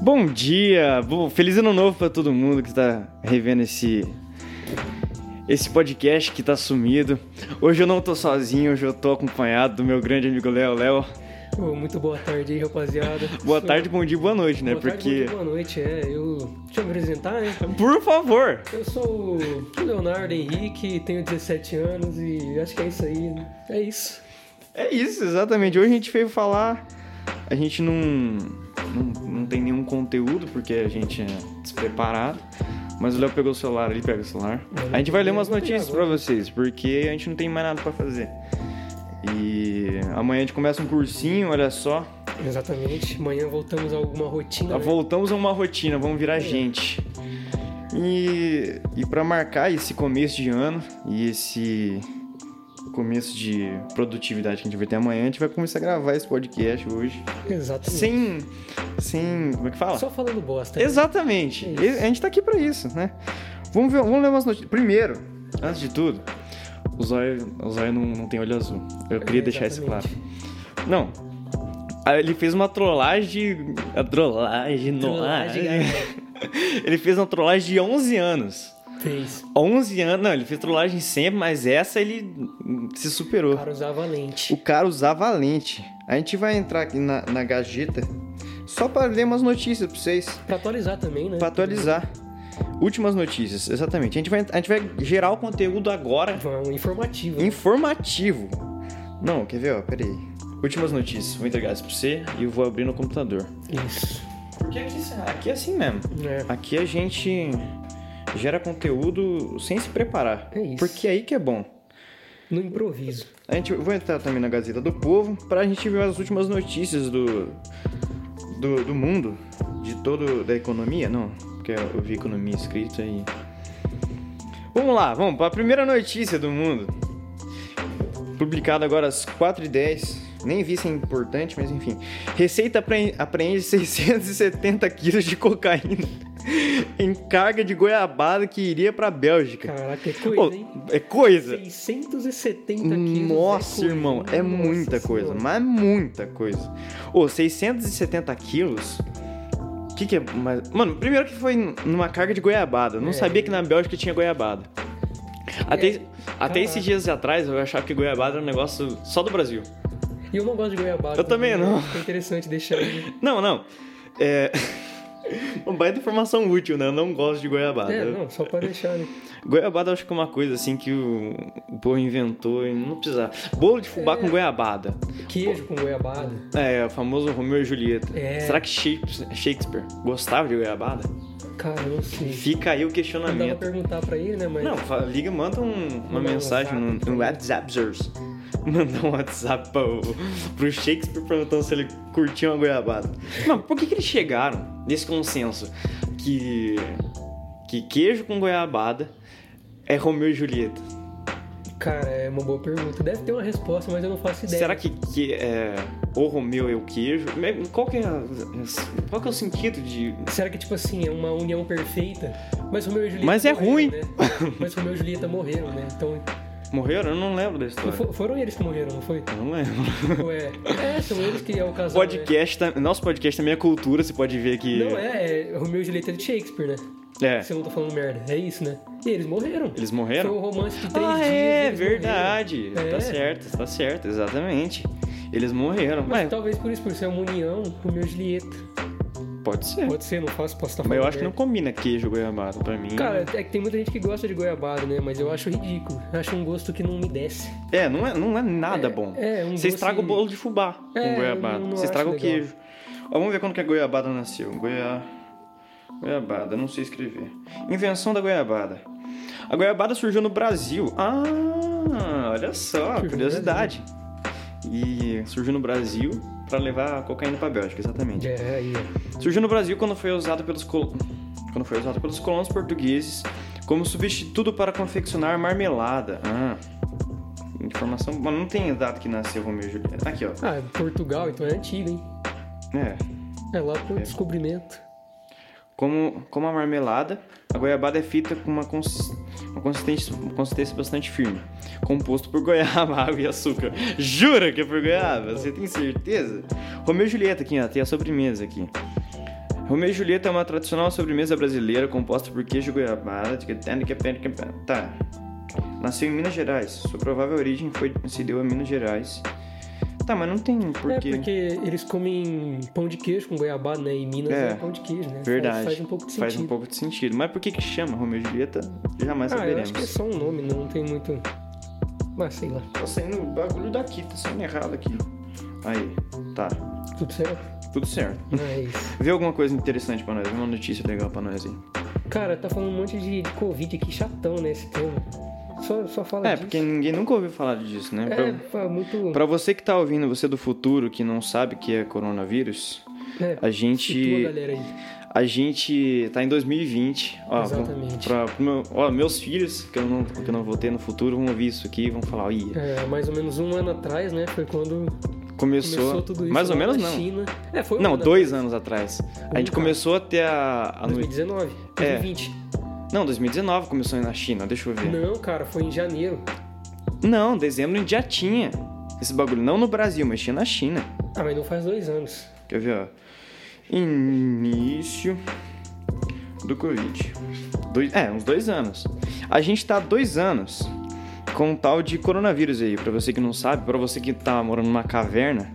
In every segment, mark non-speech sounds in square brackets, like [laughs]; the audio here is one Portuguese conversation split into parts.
Bom dia, bom, feliz ano novo para todo mundo que está revendo esse esse podcast que tá sumido. Hoje eu não tô sozinho, hoje eu tô acompanhado do meu grande amigo Léo. Léo, Ô, muito boa tarde aí, rapaziada. boa Sou- tarde, bom dia, boa noite, né? Boa tarde, bom Porque dia, boa noite, é. Eu... Deixa eu me apresentar, né? por favor, Eu sou o Leonardo Henrique, tenho 17 anos e acho que é isso aí. né? É isso. É isso, exatamente. Hoje a gente veio falar. A gente não, não, não tem nenhum conteúdo, porque a gente é despreparado. Mas o Léo pegou o celular ali, pega o celular. A gente vai ler umas Eu vou pegar notícias pra vocês, porque a gente não tem mais nada pra fazer. E amanhã a gente começa um cursinho, olha só. Exatamente. Amanhã voltamos a alguma rotina. Tá, né? Voltamos a uma rotina, vamos virar gente. E, e para marcar esse começo de ano e esse começo de produtividade que a gente vai ter amanhã, a gente vai começar a gravar esse podcast hoje. Exatamente. Sem. Sem. Como é que fala? Só falando bosta. né? Exatamente. É E- A gente tá aqui pra isso, né? Vamos, ver, vamos ler umas notícias. Primeiro, antes de tudo, o Zóio, o Zóio não, não tem olho azul. Eu queria deixar isso claro. É, Exatamente. Não. Ah, Ele fez uma trollagem. A trollagem, não. Trollagem, ah, [laughs] ele fez uma trollagem de 11 anos. Fez. 11 anos. Não, ele fez trollagem sempre, mas essa ele se superou. Para usar valente. O cara usar valente. A gente vai entrar aqui na, na Gajeta só pra ler umas notícias pra vocês. Pra atualizar também, né? Pra atualizar. Últimas notícias, exatamente. A gente vai, a gente vai gerar o conteúdo agora Vamos, informativo. informativo. Não, quer ver? Ó, peraí. Últimas notícias. Vou entregar isso pra você e eu vou abrir no computador. Isso. Porque aqui, aqui é assim mesmo. É. Aqui a gente gera conteúdo sem se preparar. É isso. Porque aí que é bom. No improviso. A gente vou entrar também na Gazeta do Povo pra gente ver as últimas notícias do, do, do mundo, de todo da economia, não, porque eu vi economia escrita aí. Vamos lá, vamos para a primeira notícia do mundo. Publicado agora às 4h10. Nem vi se é importante, mas enfim. Receita apre- apreende 670 quilos de cocaína [laughs] em carga de goiabada que iria pra Bélgica. Caraca, que Pô, coisa, hein? é coisa. 670 quilos. Nossa, é coisa, irmão, hein? é Nossa muita coisa, senhora. mas é muita coisa. Ô, 670 quilos? O que, que é. mais- Mano, primeiro que foi numa carga de goiabada. Eu Não É. sabia que na Bélgica tinha goiabada. Até, É, até esses caraca. dias atrás eu achava que goiabada era um negócio só do Brasil. E eu não gosto de goiabada. Eu também não. É interessante [laughs] deixar aí. Não, não. É. [laughs] Uma baita informação útil, né? Eu não gosto de goiabada. É, não, só pra deixar, né? Goiabada eu acho que é uma coisa assim que o, o povo inventou e não precisava. Bolo de fubá É. com goiabada. Queijo com goiabada. É, o famoso Romeu e Julieta. É. Será que Shakespeare Shakespeare gostava de goiabada? Cara, eu não sei. Fica aí o Não dá pra questionamento. perguntar pra ele, né, mas... Não, fa- liga, manda um- uma Manda um mensagem no, WhatsApp. no [laughs] WhatsAppzers. Mandar um WhatsApp pro, pro Shakespeare perguntando se ele curtia uma goiabada. Mas por que, que eles chegaram nesse consenso que, que queijo com goiabada é Romeu e Julieta? Cara, é uma boa pergunta. Deve ter uma resposta, mas eu não faço ideia. Será que, que é, o Romeu é o queijo? Qual que é, a- qual que é o sentido de, Será que, tipo assim, é uma união perfeita? Mas Romeu e Julieta Mas é morreram, ruim. [laughs] Né? Mas Romeu e Julieta morreram, né? Então, Morreram? Eu não lembro da não história. fo- foram eles que morreram, não foi? Eu não lembro. [laughs] Ou é... É, são eles que é o casal, né? Podcast, tam- nosso podcast também é cultura, você pode ver que. Não, é, é Romeu e Julieta de Shakespeare, né? É. Se eu não tô falando merda. É isso, né? E eles morreram. Eles Foi morreram? um romance de três Ah, dias. é, eles morreram. verdade. É. Tá certo, tá certo, exatamente. Eles morreram. Mas Mas talvez por isso, por ser uma união, Romeu e Julieta. então pode ser. Pode ser, não faço, posso estar É. Mas falando eu acho que não merda. combina queijo goiabada pra mim. Cara, é que tem muita gente que gosta de goiabada, né? Mas eu acho ridículo. Eu acho um gosto que não me desce. É, não é, não é nada É, bom. é, um Você estraga o doce- bolo de fubá É, com goiabada. eu não Você estraga o acho legal. queijo. Ó, vamos ver quando que a goiabada nasceu. Goia... Goiabada, não sei escrever. Invenção da goiabada. A goiabada surgiu no Brasil. Ah, olha só, Surgiu no curiosidade. E surgiu no Brasil para levar a cocaína pra Bélgica, exatamente. É, aí, ó. Surgiu no Brasil quando foi usado pelos col... quando foi usado pelos colonos portugueses como substituto para confeccionar marmelada. Ah. Informação, mas não tem data que nasceu Romeu e Julieta. Aqui, ó. Ah, é Portugal, então é antigo, hein? É. É lá pro descobrimento. Como, como a marmelada, a goiabada é feita com uma, cons... uma consistência, uma consistência bastante firme, composto por [laughs] goiaba, água e açúcar. Jura que é por goiaba? Você tem certeza? Romeu e Julieta aqui, ó, tem a sobremesa aqui. Romeu e Julieta é uma tradicional sobremesa brasileira composta por queijo goiabada. Tá. Nasceu em Minas Gerais. Sua provável origem foi, se deu a Minas Gerais. Tá, mas não tem É porquê. porque eles comem pão de queijo com goiabada, né? Em Minas É. é, pão de queijo, né? Faz- Verdade. Faz, um pouco de sentido. Faz um pouco de sentido. Mas por que que chama Romeu e Julieta? Jamais ah, eu saberemos. acho que é só um nome, não tem muito... Mas sei lá, Tá saindo o bagulho daqui, tá saindo errado aqui. Aí, tá. tudo certo? Tudo certo. Mas... Vê alguma coisa interessante pra nós, vê uma notícia legal pra nós aí. Cara, tá falando um monte de, de Covid aqui, chatão, né? Esse tema. Só, só fala É, disso. porque ninguém nunca ouviu falar disso, né? É, Pra, pá, muito... pra você que tá ouvindo, você do futuro, que não sabe o que é coronavírus, né, a situa a gente. galera aí. A gente tá em 2020. Ó, Exatamente. Ah, Pra, pro meu- ó, meus filhos, que eu, não, que eu não vou ter no futuro, vão ouvir isso aqui e vão falar, "Ih, É, mais ou menos um ano atrás, né? Foi quando começou. começou tudo isso. mais ou lá menos na não. China. É, foi um Não, ano dois atrás. anos atrás. A gente cara. começou a ter a. a no- 2019. É. 2020. Não, 2019 começou na China, deixa eu ver. Não, cara, foi em janeiro. Não, dezembro a gente já tinha esse bagulho. Não no Brasil, mas tinha na China. Ah, mas não faz dois anos. Quer ver, ó. Início do Covid. Dois- é, uns dois anos. A gente tá há dois anos com um tal de coronavírus aí. Pra você que não sabe, pra você que tá morando numa caverna.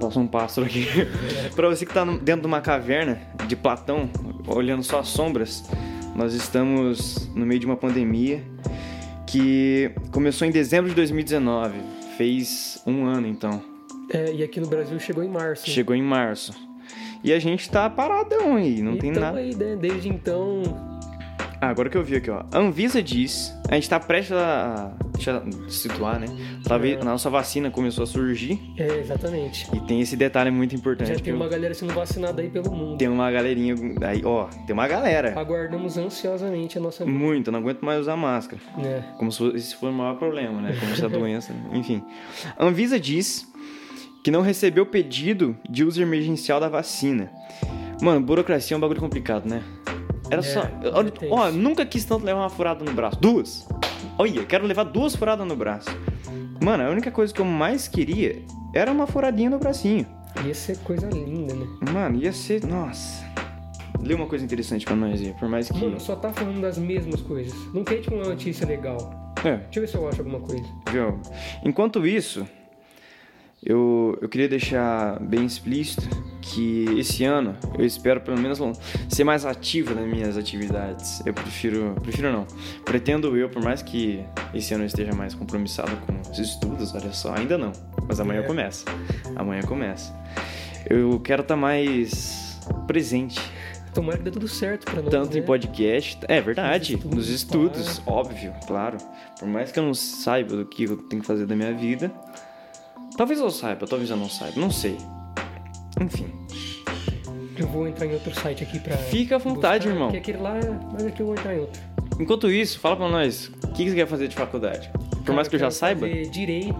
Passou um pássaro aqui. [laughs] pra você que tá no- dentro de uma caverna de Platão, olhando só as sombras, nós estamos no meio de uma pandemia que começou em dezembro de 2019. Fez um ano então. É, e aqui no Brasil chegou em março. Chegou em março. E a gente tá paradão aí, não então, tem nada. Aí, né, desde então. Ah, agora que eu vi aqui, ó. A Anvisa diz. A gente tá prestes a. Deixa eu situar, né? Talvez É. a nossa vacina começou a surgir. É, exatamente. E tem esse detalhe muito importante. Já que tem eu- uma galera sendo vacinada aí pelo mundo. tem uma galerinha. Aí, ó, tem uma galera. Aguardamos ansiosamente a nossa. Muito, eu não aguento mais usar máscara. Né? Como se fosse- esse fosse o maior problema, né? Como se a doença. [laughs] Enfim. A Anvisa diz que não recebeu pedido de uso emergencial da vacina. Mano, burocracia é um bagulho complicado, né? Era É, só. é Olha, ó, tenso. nunca quis tanto levar uma furada no braço. Duas! Olha, quero levar duas furadas no braço. Mano, a única coisa que eu mais queria era uma furadinha no bracinho. Ia ser coisa linda, né? Mano, ia ser. Nossa. Lê uma coisa interessante pra nós aí, por mais que. Mano, só tá falando das mesmas coisas. Não tem, tipo, uma notícia legal. É, Deixa eu ver se eu acho alguma coisa. Viu? Enquanto isso, eu, eu queria deixar bem explícito que esse ano eu espero pelo menos ser mais ativo nas minhas atividades. Eu prefiro. Prefiro não. Pretendo eu, por mais que esse ano eu esteja mais compromissado com os estudos, olha só, ainda não. Mas amanhã É. começa. Amanhã começa. Eu quero estar mais presente. Tomara que dê tudo certo pra nós. Tanto em né? podcast. É verdade. Nos Nos estudos, estudos, óbvio, claro. Por mais que eu não saiba do que eu tenho que fazer da minha vida. Talvez eu saiba, talvez eu não saiba, não sei. Enfim. Eu vou entrar em outro site aqui pra. Fica à vontade, buscar, irmão. Porque aquele lá, mas aqui eu vou entrar em outro. Enquanto isso, fala pra nós, o que que você quer fazer de faculdade? Por mais Cara, que eu já quero saiba, fazer direito.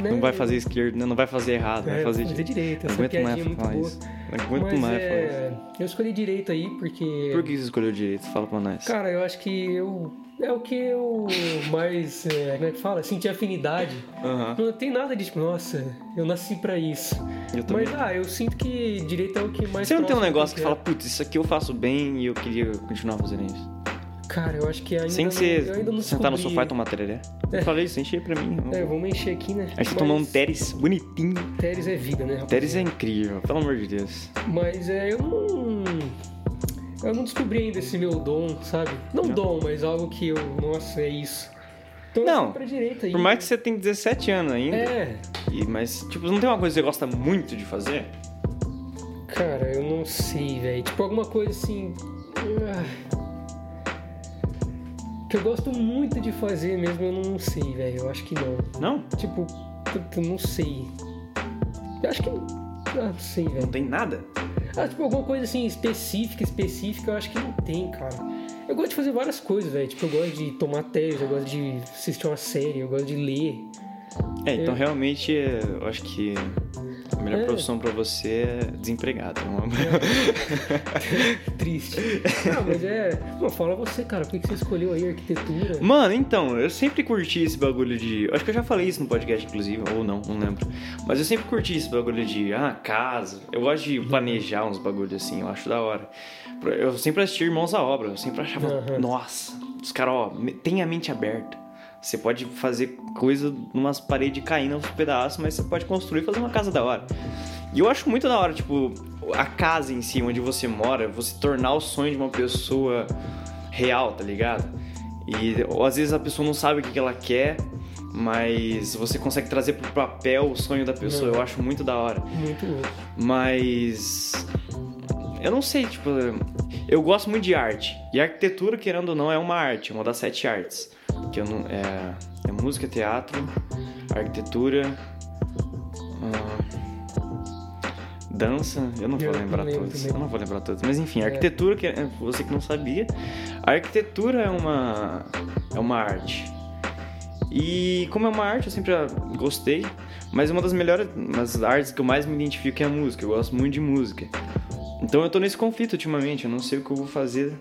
né? não vai fazer esquerdo, né? não vai fazer errado, É, vai fazer fazer direito. direito. Não Essa aguento piadinha é mais muito falar boa. isso. Não aguento Mas mais falar isso. é... Eu escolhi direito aí porque. Por que você escolheu direito? Fala pra nós. Cara, eu acho que eu. É o que eu mais. é, como é que fala? Senti afinidade. Aham. Não tem nada de tipo, nossa, eu nasci pra isso. Eu também. Mas, é- ah, eu sinto que direito é o que mais. Você não tem um próximo negócio que eu fala, putz, isso aqui eu faço bem e eu queria continuar fazendo isso? quero. é, Cara, eu acho que ainda. Sem não, ser eu ainda não sentar no descobri. sofá e tomar tereré. Eu Falei isso, enchei pra mim. É, vamos encher aqui, né? Aí você Mas tomar um Teres bonitinho. Teres é vida, né? rapaziada? Teres é incrível, pelo amor de Deus. Mas é, eu não. Eu não descobri ainda esse meu dom, sabe? Não, dom, mas algo que eu. Nossa, é isso. Então eu Não, fui pra direita aí. Por mais que você tenha 17 anos ainda, É, e- mas, tipo, não tem uma coisa que você gosta muito de fazer? cara, eu não sei, velho. Tipo, alguma coisa assim. ah, Que eu gosto muito de fazer mesmo, eu não sei, velho. Eu acho que não. Não? Tipo, puta, não sei. Eu acho que. Ah, não sei, velho. Não tem nada? Ah, tipo, alguma coisa assim específica, específica, eu acho que não tem, cara. Eu gosto de fazer várias coisas, velho. Tipo, eu gosto de tomar tese, eu gosto de assistir uma série, eu gosto de ler. [laughs] É, então Eu- realmente é, eu acho que a melhor É. profissão pra você é desempregado. É uma- Triste. Não, mas é. Não, fala você, cara. Por que que você escolheu aí [laughs] arquitetura? Mano, então, eu sempre curti esse bagulho de. Acho que eu já falei isso no podcast, inclusive, ou não, não lembro. Mas eu sempre curti esse bagulho de, ah, casa. Eu gosto de planejar uns bagulhos assim, eu acho da hora. Eu sempre assisti Irmãos à Obra, eu sempre achava, Aham. nossa, os caras, ó, me- tem a mente aberta. Você pode fazer coisa numas paredes caindo aos pedaços, mas você pode construir e fazer uma casa da hora. E eu acho muito da hora, tipo, a casa em si, onde você mora, você tornar o sonho de uma pessoa real, tá ligado? E ou, às vezes a pessoa não sabe o que que ela quer, mas você consegue trazer pro papel o sonho da pessoa. Eu acho muito da hora. Muito louco. Mas. Eu não sei, tipo. Eu gosto muito de arte. E arquitetura, querendo ou não, é uma arte, uma das sete artes. Que eu não. É, é música, teatro, arquitetura. ah, dança. Eu não vou Eu não lembrar lembro todas. também. Eu não vou lembrar todas. Mas enfim, É. arquitetura, que, é, você que não sabia. A arquitetura é uma. É uma arte. E como é uma arte, eu sempre gostei, mas uma das melhores das artes que eu mais me identifico é a música. Eu gosto muito de música. Então eu tô nesse conflito ultimamente, eu não sei o que eu vou fazer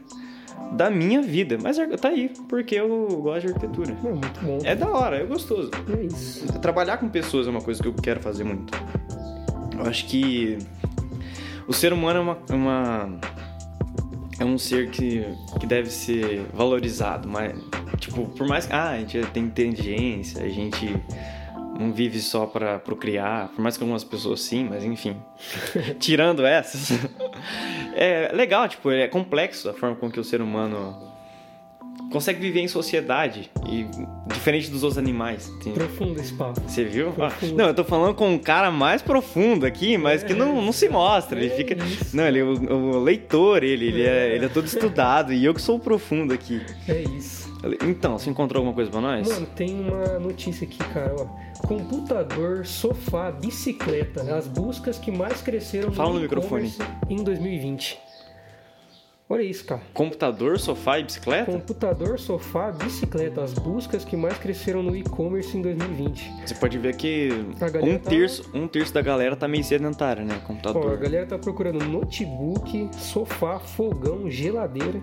da minha vida, mas ar- tá aí, porque eu gosto de arquitetura. Não, muito bom. É da hora, é gostoso. É isso. Trabalhar com pessoas é uma coisa que eu quero fazer muito. Eu acho que o ser humano é uma. é uma- é um ser que, que deve ser valorizado, mas, tipo, por mais que ah, a gente tem inteligência, a gente não vive só pra procriar, por mais que algumas pessoas sim, mas enfim, tirando essas, [laughs] é legal, tipo, é complexo a forma com que o ser humano consegue viver em sociedade e diferente dos outros animais. entende? Profundo esse papo. Você viu? Ah, [laughs] Profundo. não, eu tô falando com um cara mais profundo aqui, mas que não, não se mostra. Ele É fica. isso. Não, ele é o, o leitor, ele, ele, é, ele é todo estudado. E eu que sou o profundo aqui. É isso. Então, você encontrou alguma coisa pra nós? Mano, tem uma notícia aqui, cara, ó. Computador, sofá, bicicleta, as buscas que mais cresceram Fala no e-commerce em 2020. Olha isso, cara. Computador, sofá e bicicleta? Computador, sofá, bicicleta, as buscas que mais cresceram no e-commerce em 2020. Você pode ver que A galera um tá- terço, um terço da galera tá meio sedentária, né? Ó, a Computador. galera tá procurando notebook, sofá, fogão, geladeira.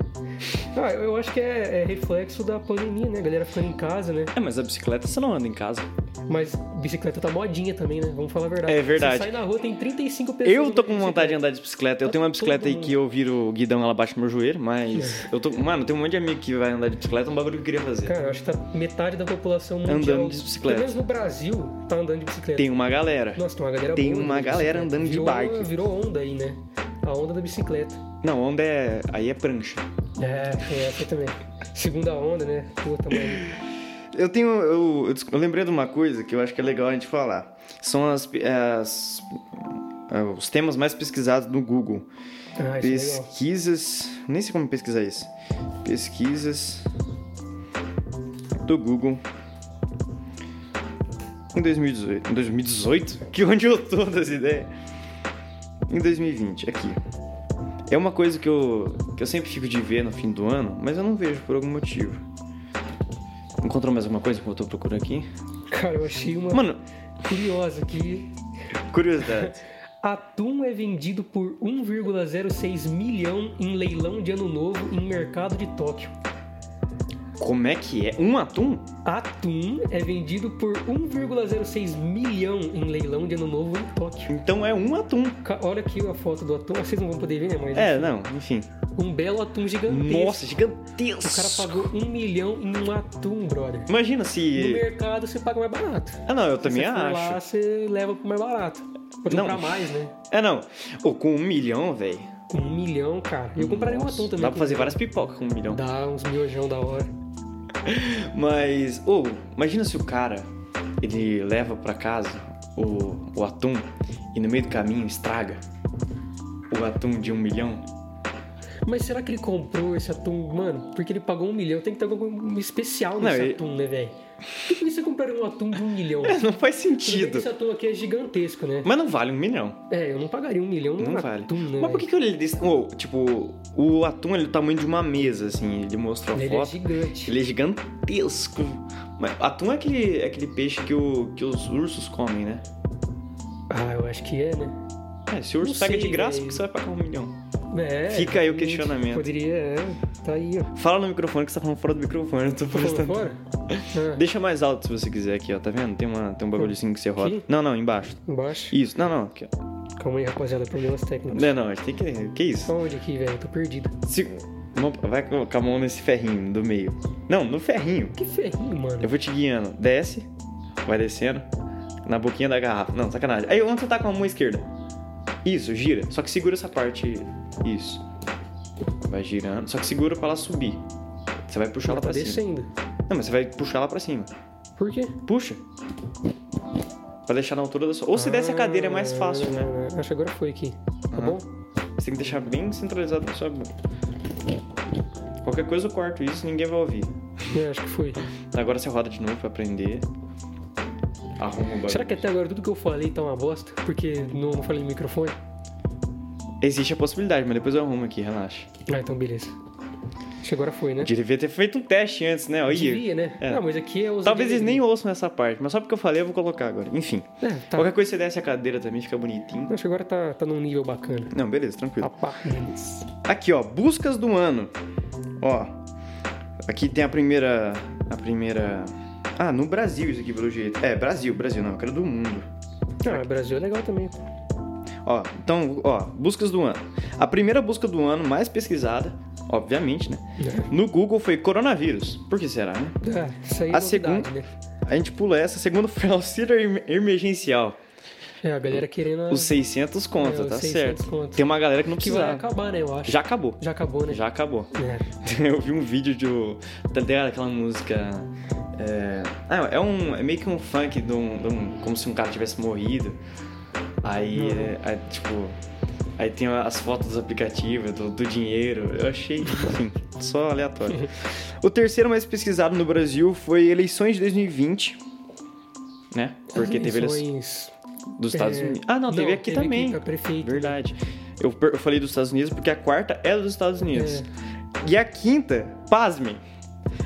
Ah, eu eu acho que é, é reflexo da pandemia, né? A galera ficando em casa, né? É, mas a bicicleta você não anda em casa. Mas bicicleta tá modinha também, né? Vamos falar a verdade. É verdade. Você sai na rua, tem 35 pessoas. Eu tô andando com de vontade de andar de bicicleta. Eu Tá tenho uma todo bicicleta aí mundo. É. que eu viro o guidão, ela bate no meu joelho, mas. Eu tô. Mano, tem um monte de amigo que vai andar de bicicleta, é um bagulho que eu queria fazer. Cara, eu acho que tá metade da população mundial. Andando de bicicleta. Pelo menos no Brasil, tá andando de bicicleta. Tem uma galera. Nossa, tem uma galera Tem boa uma andando de galera bicicleta. andando de virou, bike. Virou onda aí, né? A onda da bicicleta. Não, onda é. Aí é prancha. É, tem essa também. Segunda onda, né? Puta, mano. Eu tenho. Eu, eu des- eu lembrei de uma coisa que eu acho que é legal a gente falar. São as. pe- as- é, os temas mais pesquisados no Google. Ah, isso é legal. Pesquisas. Nem sei como pesquisar isso. Pesquisas. Do Google. Em 2018. Em 2018? [laughs] Que onde eu tô das ideias? Em 2020, aqui. É uma coisa que eu, que eu sempre fico de ver no fim do ano, mas eu não vejo por algum motivo. Encontrou mais alguma coisa que eu tô procurando aqui? Cara, eu achei uma Mano, curiosa que curiosidade. atum é vendido por 1,06 milhão em leilão de ano novo em mercado de Tóquio. Como é que é? Um atum? Atum é vendido por 1,06 milhão em leilão de ano novo em Tóquio. Então é um atum. Ca- Olha aqui a foto do atum. Ah, Vocês não vão poder ver, né? Mas É, não, enfim. um belo atum gigantesco. Nossa, O cara gigantesco. pagou um milhão em um atum, brother. Imagina No se. mercado você paga mais barato. Ah, não, eu também você for lá, acho. você leva pro mais barato. Pode Não. comprar mais, né? É, não. Ou com um milhão, velho. Com um milhão, cara. Eu compraria um atum também. Dá pra com- fazer várias pipocas com um milhão. Dá uns miojão da hora. Mas, ou, imagina se o cara ele leva pra casa o, o atum e no meio do caminho estraga o atum de um milhão. [laughs] Mas será que ele comprou esse atum, mano? Porque ele pagou um milhão. Tem que ter algum especial nesse Não, e- atum, né, velho? Que por isso você compraria um atum de um milhão? É, Não faz Tudo bem que [laughs] sentido. Esse atum aqui é gigantesco, né? Mas não vale um milhão. É, eu não pagaria um milhão Não num vale. atum, né? Mas por que, que ele disse. Ô, tipo, o atum ele é do tamanho de uma mesa, assim. Ele mostrou a Ele é foto. gigante. Ele é gigantesco. Mas atum é aquele, é aquele peixe que, o, que os ursos comem, né? Ah, eu acho que é, né? É, se o urso Não pega sei, de graça, velho. por que você vai pagar um milhão? É, Fica aí o exatamente. questionamento. Poderia, é. Tá aí, ó. Fala no microfone que você tá falando fora do microfone, eu tô Tô falando prestando. [laughs] fora? Ah, Deixa mais alto se você quiser aqui, ó. Tá vendo? Tem, uma, tem um bagulhozinho que você roda. Aqui? Não, não, embaixo. embaixo. Isso, não, não. Aqui, ó. Calma aí, rapaziada. Problemas técnicos. Não, não, a gente tem que. Que isso? Onde aqui, velho? Tô perdido. Se- uma- Vai com a mão nesse ferrinho do meio. Não, no ferrinho. Que ferrinho, mano. Eu vou te guiando. Desce, vai descendo. Na boquinha da garrafa. Não, sacanagem. Aí onde você tá com a mão esquerda? Isso, gira. Só que segura essa parte. Isso. Vai girando. Só que segura pra ela subir. Você vai puxar ela Ela tá pra cima. descendo. Não, mas você vai puxar ela pra cima. Por quê? Puxa. Pra deixar na altura da sua. Ou se desce a cadeira é mais fácil, né? Ah, Acho que agora foi aqui. Tá Aham. bom? Você tem que deixar bem centralizado na sua boca. Qualquer coisa eu corto isso, ninguém vai ouvir. É, acho que foi. Agora você roda de novo pra aprender. Arruma o bagulho. Será que até agora tudo que eu falei tá uma bosta? Porque não não falei no microfone? Existe a possibilidade, mas depois eu arrumo aqui, relaxa. Ah, então beleza. Acho que agora foi, né? Devia ter feito um teste antes, né? Olha. Devia, né? É. Não, mas aqui é os. Talvez eles nem ouçam essa parte, mas só porque eu falei eu vou colocar agora. Enfim. É, tá. Qualquer coisa você desce a cadeira também, fica bonitinho. Acho que agora tá, tá num nível bacana. Não, beleza, tranquilo. A pá deles. Aqui, ó, buscas do ano. Ó. Aqui tem a primeira. A primeira. Ah, no Brasil isso aqui, pelo jeito. É, Brasil, Brasil, não, eu quero do mundo. Não, mas Brasil é legal também. Ó, então, ó, buscas do ano. A primeira busca do ano mais pesquisada, obviamente, né? No Google foi coronavírus. Por que será, né? Ah, isso aí é A novidade, segunda- né? A gente pula essa. Segundo [laughs] foi auxílio em- emergencial. É, a galera querendo... a- Os 600 É, conta, os tá 600 certo. conto. Tem uma galera que não Que vai precisava. acabar, né, eu acho. Já acabou. Já acabou, né? Já acabou. É. [laughs] Eu vi um vídeo de. um- Tá ligado aquela música. É, ah, é, um, é meio que um funk de um, de um- Como se um cara tivesse morrido. Aí, Uhum. é, aí, tipo. Aí tem as fotos dos aplicativos, do, do dinheiro. Eu achei, enfim, só [laughs] aleatório. O terceiro mais pesquisado no Brasil foi eleições de 2020. Né? Porque teve eleições Eleições, dos Estados é, Unidos. Ah, não, teve aqui também. pra prefeito. Verdade. Eu, per- eu falei dos Estados Unidos porque a quarta é dos Estados Unidos. E a quinta, pasmem,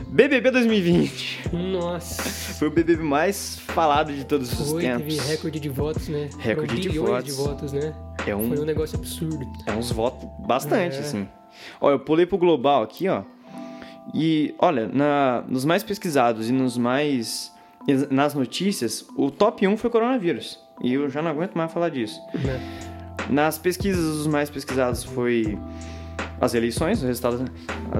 BBB 2020. Nossa. [laughs] Foi o BBB mais falado de todos os Foi, tempos. teve recorde de votos, né? Recorde Foram de bilhões de votos. votos, né? É, um, Foi um negócio absurdo. é uns votos bastante, É. assim. Ó, eu pulei pro global aqui, ó. E, olha, na- nos mais pesquisados e nos mais... e Nas notícias, o top 1 foi coronavírus. E eu já não aguento mais falar disso. né? Nas pesquisas, os mais pesquisados foi as eleições, o resultado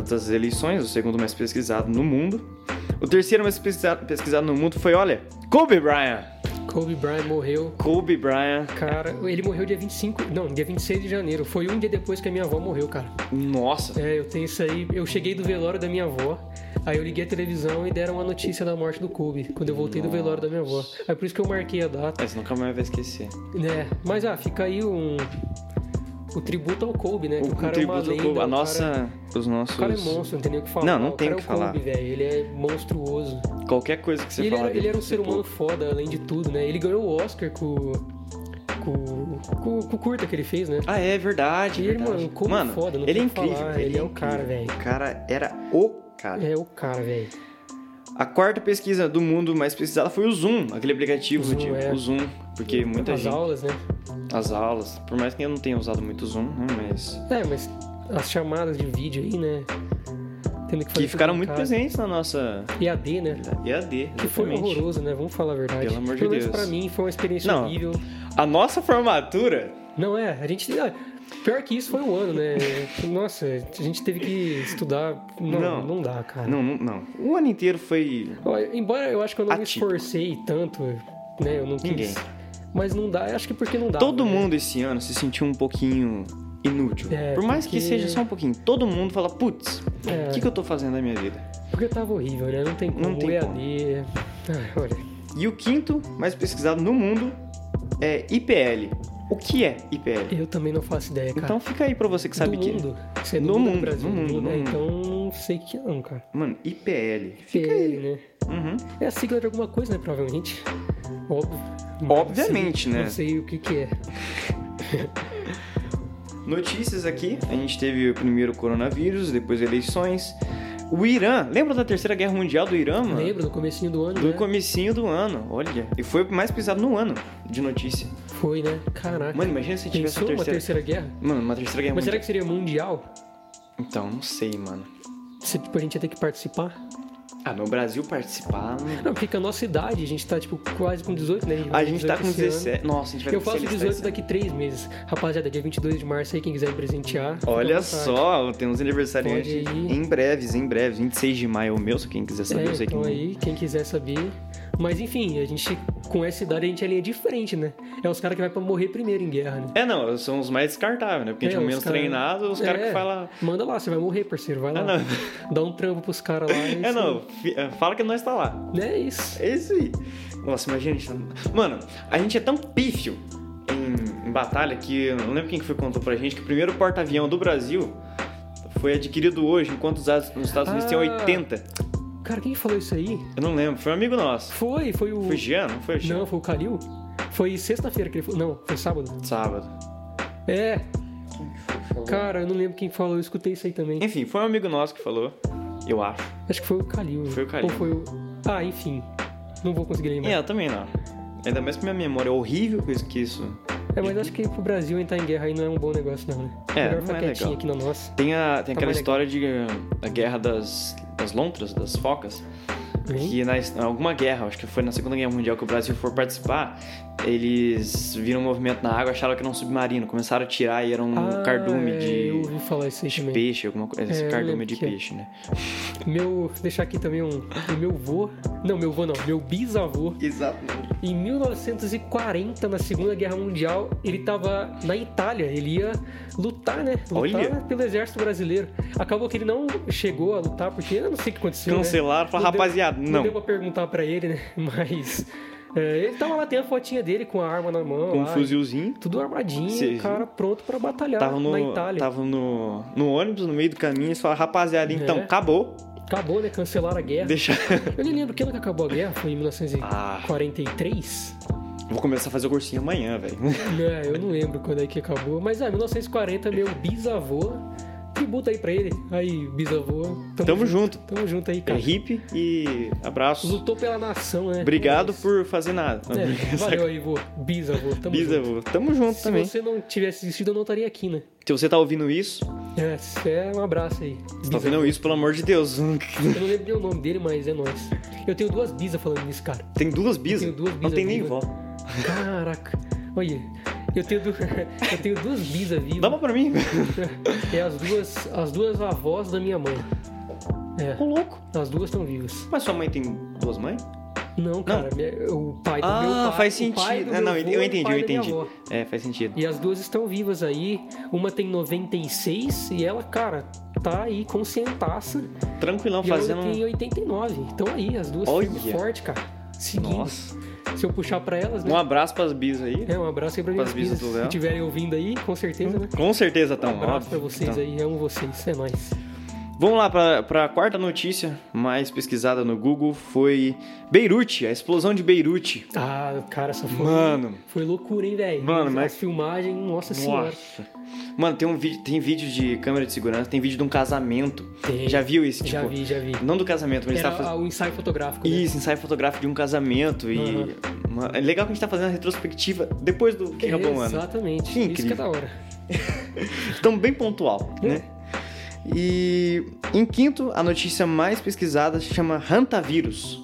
das eleições, o segundo mais pesquisado no mundo. O terceiro mais pesquisa- pesquisado no mundo foi, olha, Kobe Bryant. Kobe Bryant morreu. Kobe Bryant, Cara, ele morreu dia 25... Não, dia 26 de janeiro. Foi um dia depois que a minha avó morreu, cara. nossa. É, eu tenho isso aí. Eu cheguei do velório da minha avó, aí eu liguei a televisão e deram a notícia da morte do Kobe, quando eu voltei do velório da minha avó. É por isso que eu marquei a data, Essa nunca mais vai esquecer. né? Mas ah, fica aí um o tributo ao Kobe, né? Que O, o cara é uma tributo lenda, do Kobe, o a cara- nossa, os nossos... O cara é monstro, não tem nem o que falar. Não, não o tem cara o que é o falar. Kobe, velho. Ele é monstruoso. Qualquer coisa que você E ele, falar era, dele, ele era um ser tipo, humano foda, além de tudo, né? Ele ganhou o Oscar com, com, com, com o curta que ele fez, né? Ah, é verdade, E ele, verdade. mano, como foda, não ele é tem o que incrível. falar, ele é o cara, incrível. velho. O cara era o cara. É o cara, velho. A quarta pesquisa do mundo mais pesquisada foi o Zoom, aquele aplicativo Zoom, de é. o Zoom, porque muita As gente aulas, né? as aulas, por mais que eu não tenha usado muito o Zoom, né, mas É, mas as chamadas de vídeo aí, né? Tendo que fazer que ficaram tudo em muito casa. presentes na nossa EAD, né? EAD, Que foi exatamente. horroroso, né? Vamos falar a verdade. Pelo amor de menos Deus. pra mim foi uma experiência Não. horrível. A nossa formatura, Não é, a gente. ah, Pior que isso foi um ano, né? [laughs] Nossa, a gente teve que estudar. Não, Não. não, dá, cara. não, não, não. O ano inteiro foi Olha, Embora eu acho que eu não Atípico. me esforcei tanto, né? Eu não quis. Ninguém. Mas não dá, acho que porque não dá. todo né? mundo esse ano se sentiu um pouquinho inútil. É, por mais que porque- seja só um pouquinho, todo mundo fala, putz, o É. que, que eu tô fazendo da minha vida? Porque tava horrível, né? Não tem como. Não tem EAD. como. Ah, olha. E o quinto mais pesquisado no mundo é IPL. O que é IPL? Eu também não faço ideia, cara. Então fica aí pra você que sabe o do que é. mundo. Você é No do mundo, mundo, Brasil, no do mundo, mundo, né? no Então não sei o que é não, cara. Mano, IPL. Fica PL, aí. né? Uhum. É a sigla de alguma coisa, né? Provavelmente. Óbvio. Não Obviamente, sei- né? Não sei o que que é. Notícias aqui. A gente teve o primeiro coronavírus, depois eleições. O Irã. Lembra da Terceira Guerra Mundial do Irã, mano? Lembra do comecinho do ano, Do né? comecinho do ano, olha. E foi o mais pesado no ano de notícia. Foi, né? Caraca. Mano, imagina se tivesse Pensou uma uma terceira... É terceira guerra? Mano, uma terceira guerra Mas será mundial. que seria mundial? Então, não sei, mano. Se, tipo, a gente ia ter que participar? Ah, no Brasil participar... não- Não, porque com a nossa idade, a gente tá, tipo, quase com 18, né? A gente tá com 18 esse ano. 17... Nossa, a gente vai ter Eu que faço se alistar 18 esse ano. daqui 3 meses. Rapaziada, dia 22 de março aí, quem quiser me presentear. fica à Olha vontade. só, temos aniversariante Pode ir. em breves, em breves. 26 de maio é o meu, se quem quiser saber, eu É, sei que então aí, quem quiser saber. Mas enfim, a gente, com essa idade, a gente é linha de frente, né? É os caras que vai pra morrer primeiro em guerra, né? É, não, são os mais descartáveis, né? Porque a gente é o os menos cara- treinado, os caras É, que falam... Manda lá, você vai morrer, parceiro, vai É, lá. não, Dá um trampo pros [laughs] caras lá. e é, você- não fi- é, fala que nós tá lá. É isso. É isso aí. Nossa, imagina a gente. tá- Mano, a gente é tão pífio em, em batalha que eu não lembro quem que foi que contou pra gente que o primeiro porta-avião do Brasil foi adquirido hoje, enquanto os as- nos Estados Unidos tem Ah. 80. Cara, quem falou isso aí? Eu não lembro, foi um amigo nosso. Foi, foi o. Foi o Jean, não foi o Jean? Não, foi o Calil? Foi sexta-feira que ele falou. Não, foi sábado. Sábado. É, cara, eu não lembro quem falou, eu escutei isso aí também. Enfim, foi um amigo nosso que falou, eu acho. Acho que foi o Calil. Foi o Calil. Ou foi o. Ah, enfim. Não vou conseguir É, lembrar. eu também não. Ainda mais que minha memória é horrível que eu esqueço. É, mas acho que pro Brasil entrar em guerra aí não é um bom negócio, não, né? É, Melhor não ficar é quietinho legal. aqui na nossa. Tem, a, tem aquela mais Tá legal. história de eh, da guerra das, das lontras, das focas. Hein? que na em alguma guerra, acho que foi na Segunda Guerra Mundial que o Brasil for participar, eles viram um movimento na água, acharam que era um submarino, começaram a tirar e era um Ah, cardume é, de Eu ouvi falar isso aí também. peixe, alguma coisa, esse É, eu cardume lembro de que é. peixe, né? Meu. Deixar aqui também um. O meu vô. Não, meu vô não. Meu bisavô. Exato. Em 1940, na Segunda Guerra Mundial, ele tava na Itália, ele ia lutar, né? Lutar Olha. pelo exército brasileiro. Acabou que ele não chegou a lutar, porque eu não sei o que aconteceu. né? Cancelaram, falaram, Não deu- rapaziada, Não, não. deu pra perguntar pra ele, né? [laughs] Mas. é, ele tava lá, tem a fotinha dele com a arma na mão. Com um lá, fuzilzinho. Tudo armadinho, Sim. cara pronto pra batalhar Tava na no, Itália. tava no, no ônibus, no meio do caminho, e falaram, rapaziada, então, É. acabou. Acabou, né? Cancelaram a guerra. Deixa. [laughs] Eu nem lembro que ano que acabou a guerra, foi em 1943? Ah, vou começar a fazer o cursinho amanhã, [laughs] velho. Não, eu não lembro quando é que acabou, mas é, 1940, meu bisavô. Tributa aí pra ele. Aí, bisavô. Tamo junto. Tamo junto aí, É cara. hippie e abraço. Lutou pela nação, né? Obrigado por fazer nada. Não, É, brincadeira. valeu aí, vô. Bisavô. Tamo junto. Bisavô. Tamo junto Se também. você não tivesse assistido, eu não estaria aqui, né? Se você tá ouvindo isso, É, cê é um abraço aí. você tá Bisa. ouvindo isso, pelo amor de Deus. Eu não lembro nem o nome dele, mas é nóis. Eu tenho duas bisas falando nisso, cara. Tem duas bisas. Tenho duas Não bisas tem nem vivas. vó. Caraca. Olha, eu tenho, du... [laughs] eu tenho duas bisas Dá vivas. uma pra mim. [laughs] É as duas, as duas avós da minha mãe. Ô, É, Tá louco. as duas estão vivas. Mas sua mãe tem duas mães? Não, cara, minha- o pai do meu Ah, faz pai, o pai sentido. do Ah, meu não, avô eu e o entendi, pai eu da minha entendi. avó. É, faz sentido. E as duas estão vivas aí. Uma tem 96 e ela, cara, tá aí conscientaça. Tranquilão, E a outra fazendo. um tem 89. Então aí, as duas Olha. firme e forte, cara. Seguindo. Nossa. Se eu puxar pra elas, né? Um abraço pras bisas aí. É, um abraço aí pra Pras minhas bisas bisas. do Se Léo. Hum. estiverem ouvindo aí, com certeza, né? Com certeza tão Um abraço óbvio. pra vocês Então, aí, amo vocês, é nóis. Vamos lá pra, pra quarta notícia mais pesquisada no Google foi Beirute, a explosão de Beirute. Ah, cara, essa foi, Mano. foi loucura, hein, velho? Mano, As mas- filmagens, nossa senhora. Nossa. Mano, tem um vídeo, tem vídeo de câmera de segurança, tem vídeo de um casamento. Tem. Já viu esse? já tipo, vi, já vi. Não do casamento, mas Era tá fazendo. o ensaio fotográfico. né? Isso, ensaio fotográfico de um casamento. E. Aham. Uma- É legal que a gente tá fazendo a retrospectiva depois do que acabou o ano. Exatamente. Que Isso que é incrível. da hora. Então, bem pontual, É. né? E. Em quinto, a notícia mais pesquisada se chama Hantavírus.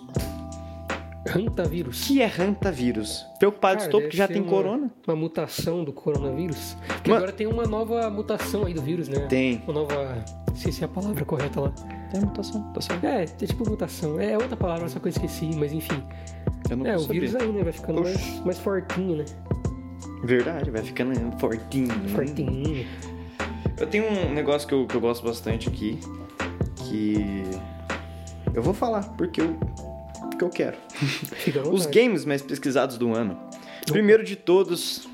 O Hantavírus. que é Hantavírus? Preocupado Cara, estou deve porque já ser um- tem uma- corona? Uma mutação do coronavírus. Porque Mano- agora tem uma nova mutação aí do vírus, né? Tem. Uma nova. Não sei se é a palavra correta lá. Tem mutação, mutação. É, é tipo mutação. É outra palavra, só que eu esqueci, mas enfim. Eu não é, o sabia. vírus aí, né? Vai ficando Oxi. mais, mais fortinho, né? Verdade, vai ficando fortinho. né? Fortinho. Eu tenho um negócio que eu, que eu gosto bastante aqui. Que. Eu vou falar, porque eu. Porque eu quero. Fica à Os vontade. games mais pesquisados do ano. Primeiro de todos,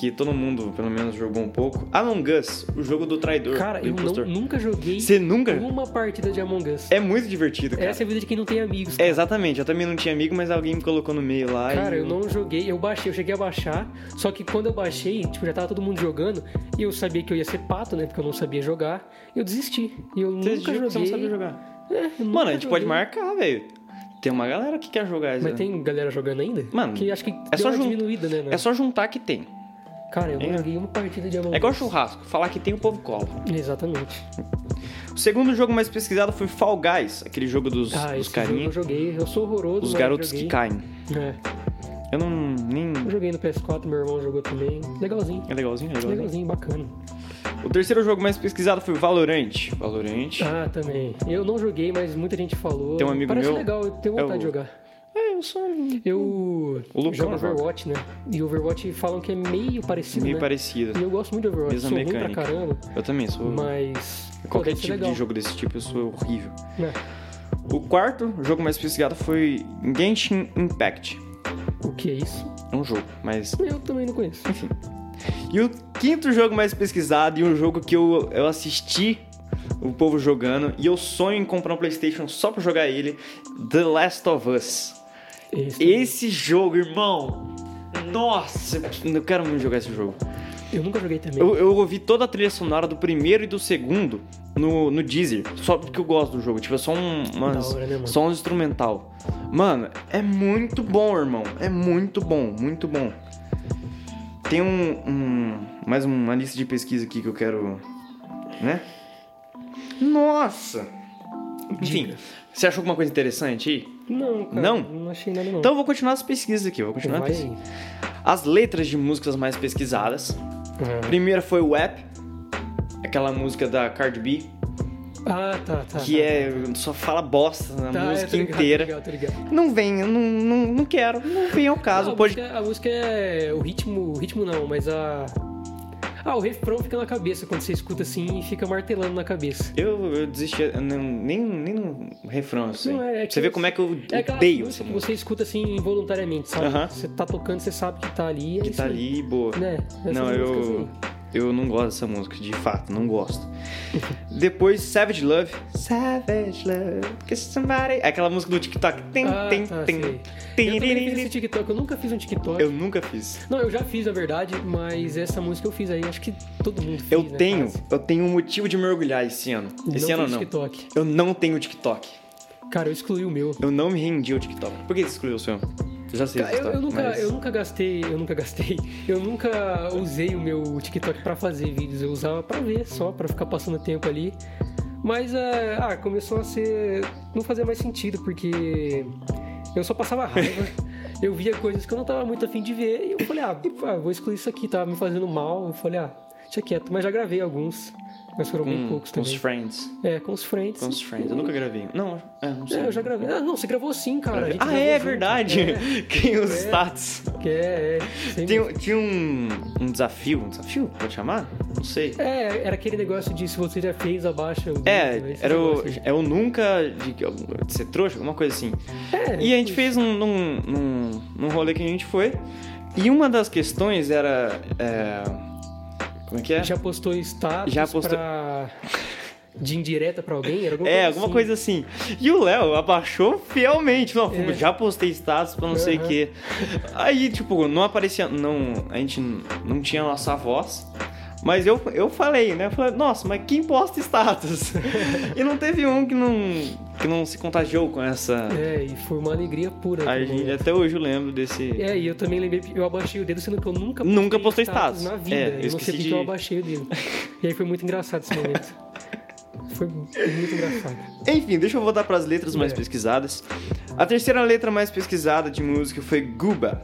que todo mundo, pelo menos, jogou um pouco. Among Us, Ah, o jogo do traidor. Cara, do eu não- impostor. nunca joguei Você nunca? uma partida de Among Us. É muito divertido, cara. Essa é a vida de quem não tem amigos. É, exatamente. Eu também não tinha amigo, mas alguém me colocou no meio lá. Cara, e eu não joguei, eu baixei, eu cheguei a baixar, só que quando eu baixei, tipo, já tava todo mundo jogando, e eu sabia que eu ia ser pato, né, porque eu não sabia jogar, eu desisti. E eu Você nunca diz que joguei. você não sabe jogar. É, eu Mano, nunca a gente pode joguei. marcar, velho. Tem uma galera que quer jogar. né? Mas já. tem galera jogando ainda? Mano, que acho que é deu só uma jun- diminuída, né? né? É só juntar que tem. Cara, eu não É. joguei uma partida de Among É igual Us. churrasco. Falar que tem, o povo cola. Exatamente. O segundo jogo mais pesquisado foi Fall Guys, aquele jogo dos, Ah, dos esse jogo eu carinhos, joguei, eu sou horroroso. os mas garotos joguei. que caem. É, Eu não. nem. eu joguei no PS4, meu irmão jogou também. Legalzinho. É legalzinho, é legalzinho. Legalzinho, bacana. O terceiro jogo mais pesquisado foi Valorant. Valorant. Ah, também. Eu não joguei, mas muita gente falou. Tem um amigo Parece meu- legal, eu tenho é vontade o- de jogar. É, eu sou Eu O Lucão jogo joga. Overwatch, né? E Overwatch falam que é meio parecido, meio né? parecido. E eu gosto muito de Overwatch, Mesma sou ruim mecânica. pra caramba, Eu também sou. mas... pô, Qualquer deve ser tipo legal. de jogo desse tipo eu sou horrível. É. O quarto jogo mais pesquisado foi Genshin Impact. O que é isso? É um jogo, mas. Eu também não conheço. E o quinto jogo mais pesquisado e um jogo que eu, eu assisti o povo jogando e eu sonho em comprar um PlayStation só pra jogar ele: The Last of Us. Esse- Esse jogo, irmão. Nossa, eu quero muito jogar esse jogo. Eu nunca joguei também. Eu, eu ouvi toda a trilha sonora do primeiro e do segundo no, no Deezer, só porque eu gosto do jogo. Tipo, é só um. umas- Da hora, né, mano? Só um instrumental. Mano, é muito bom, irmão. É muito bom, muito bom. Tem um. um- mais uma lista de pesquisa aqui que eu quero. Né? Nossa! Enfim, você achou alguma coisa interessante aí? Não, cara. Não? Não achei nada, não. Então eu vou continuar as pesquisas aqui, eu vou continuar Vai as, pesquisas. as letras de músicas mais pesquisadas. A aí. primeira foi o App, aquela música da Cardi B, Ah, tá, tá. que é só fala bosta na tá, é, música tô ligado, inteira. tô ligado, tô ligado. Não vem, eu não, não, não quero, não vem ao caso. Não, a, pode... música, a música é. O ritmo. O ritmo não, mas a. Ah, o refrão fica na cabeça quando você escuta assim e fica martelando na cabeça. Eu, eu desisti, eu não- nem, nem no refrão assim. Não, é- é que Você vê eu- como é que eu É aquela odeio essa música que música. você escuta assim involuntariamente, sabe? Aham. Você tá tocando, você sabe que tá ali. é Que isso tá aí, ali, boa. Né? assim. Essas Não, músicas eu, aí. eu não gosto dessa música, de fato, não [laughs] gosto. Depois, Savage Love. Savage Love, que somebody. Aquela música do TikTok. Tem, Ah, tem, tá, tem. sei. Eu também fiz esse tem. TikTok, eu nunca fiz um TikTok. Eu nunca fiz. Não, eu já fiz, na verdade, mas essa música eu fiz aí, acho que todo mundo fez, Eu né, tenho, quase. eu tenho um motivo de me orgulhar esse ano. Esse não ano fiz não. TikTok. Eu não tenho TikTok. Cara, eu excluí o meu. Eu não me rendi ao TikTok. Por que você excluiu o seu? Eu já sei. Cara, essa eu, eu história, nunca, mas- eu nunca gastei, eu nunca gastei, eu nunca usei o meu TikTok pra fazer vídeos, eu usava pra ver só, pra ficar passando tempo ali. Mas é, ah, começou a ser. não fazia mais sentido, porque eu só [laughs] passava raiva. Eu via coisas que eu não tava muito afim de ver e eu falei, ah, ah, vou excluir isso aqui, tava me fazendo mal. Eu falei, ah, deixa quieto. Mas já gravei alguns, mas foram bem Com- poucos com os também. friends. É, com os friends. Com os friends. Eu nunca gravei. Não, é, não sei. É, eu já gravei. Ah, não, você gravou sim, cara. a gente Ah, gravou é junto. verdade. É, [laughs] Quem os É. status. que é, é. Sem Tem um- tinha um, um desafio, um desafio, pode chamar? Não sei. É, era aquele negócio de se você já fez, abaixa o. É, dedo, esse era o, negócio aí. é o nunca de, de ser trouxa, alguma coisa assim. É, E a gente fez um, num, num, num rolê que a gente foi. E uma das questões era. é, como é que é? Já postou status Já postou- pra- de indireta pra alguém? Era alguma É, coisa alguma assim. coisa assim. E o Léo abaixou fielmente. Não, É. já postei status pra não sei o Aham. quê. Aí, tipo, não aparecia. Não, a gente não tinha nossa voz. Mas eu, eu falei, né? Eu falei, nossa, mas quem posta [laughs] status? e não teve um que não, que não se contagiou com essa. É, e foi uma alegria pura. A aquele gente, momento. até hoje eu lembro desse. É, e eu também lembrei, que eu abaixei o dedo, sendo que eu nunca Nunca postei status. na vida. É, eu eu não esqueci sei porque de- eu abaixei [laughs] o dedo. E aí foi muito engraçado esse momento. foi muito engraçado. Enfim, deixa eu voltar pras letras mais É. pesquisadas. A terceira letra mais pesquisada de música foi Guba.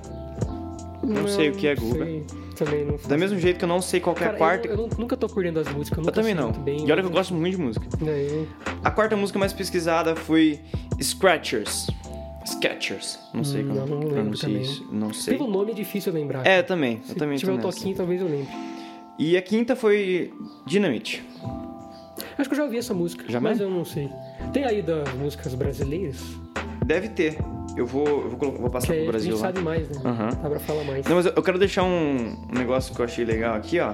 Não sei o que é Guga. sei. Também não sei. Da mesmo jeito que eu não sei qual que é Cara, a quarta. Eu, eu não- nunca tô por dentro das músicas. Eu, Eu nunca também sei não. muito Bem, né? E olha que eu gosto muito de música. É, eu- A quarta música mais pesquisada foi Scratchers. Sketchers. Não sei Hum, como eu não lembro pronuncia também. isso. Não sei. Pelo nome é difícil eu lembrar. É, eu também. Eu Se também tiver tô um nessa. toquinho, talvez eu lembre. E a quinta foi Dynamite. Acho que eu já ouvi essa música, Já é? mas mesmo? eu não sei. Tem aí das músicas brasileiras? Deve ter. Eu vou, eu vou, colo- vou passar Que aí pro a Tipo, Brasil gente lá. sabe mais, né? Aham. Dá pra falar mais. Não, mas eu- eu quero deixar um um negócio que eu achei legal aqui, ó.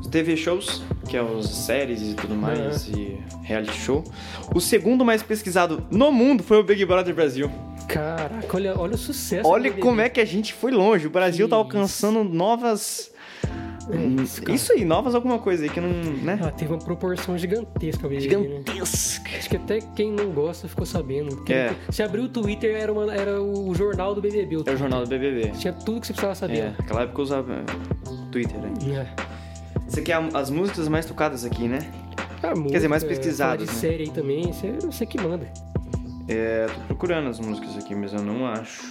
Os TV shows, que é os séries e tudo mais, e reality show. O segundo mais pesquisado no mundo foi o Big Brother Brasil. Caraca, olha, olha o sucesso. Olha como é que a gente foi longe. O Brasil tá Que alcançando novas. hum, É isso, cara. Isso aí, novas alguma coisa aí que não. né? Ah, teve uma proporção gigantesca, o BBB, né? Gigantesca. Acho que até quem não gosta ficou sabendo. Porque É. Se abriu o Twitter, era, uma- era o jornal do BBB. É o jornal do BBB. Tinha tudo que você precisava saber. É, aquela época eu usava eh, Twitter, né? É. Você quer a- as músicas mais tocadas aqui, né? Ah, música, dizer, mais falar pesquisado, de né? série aí também, você, você que manda. É, tô procurando as músicas aqui, mas eu não acho.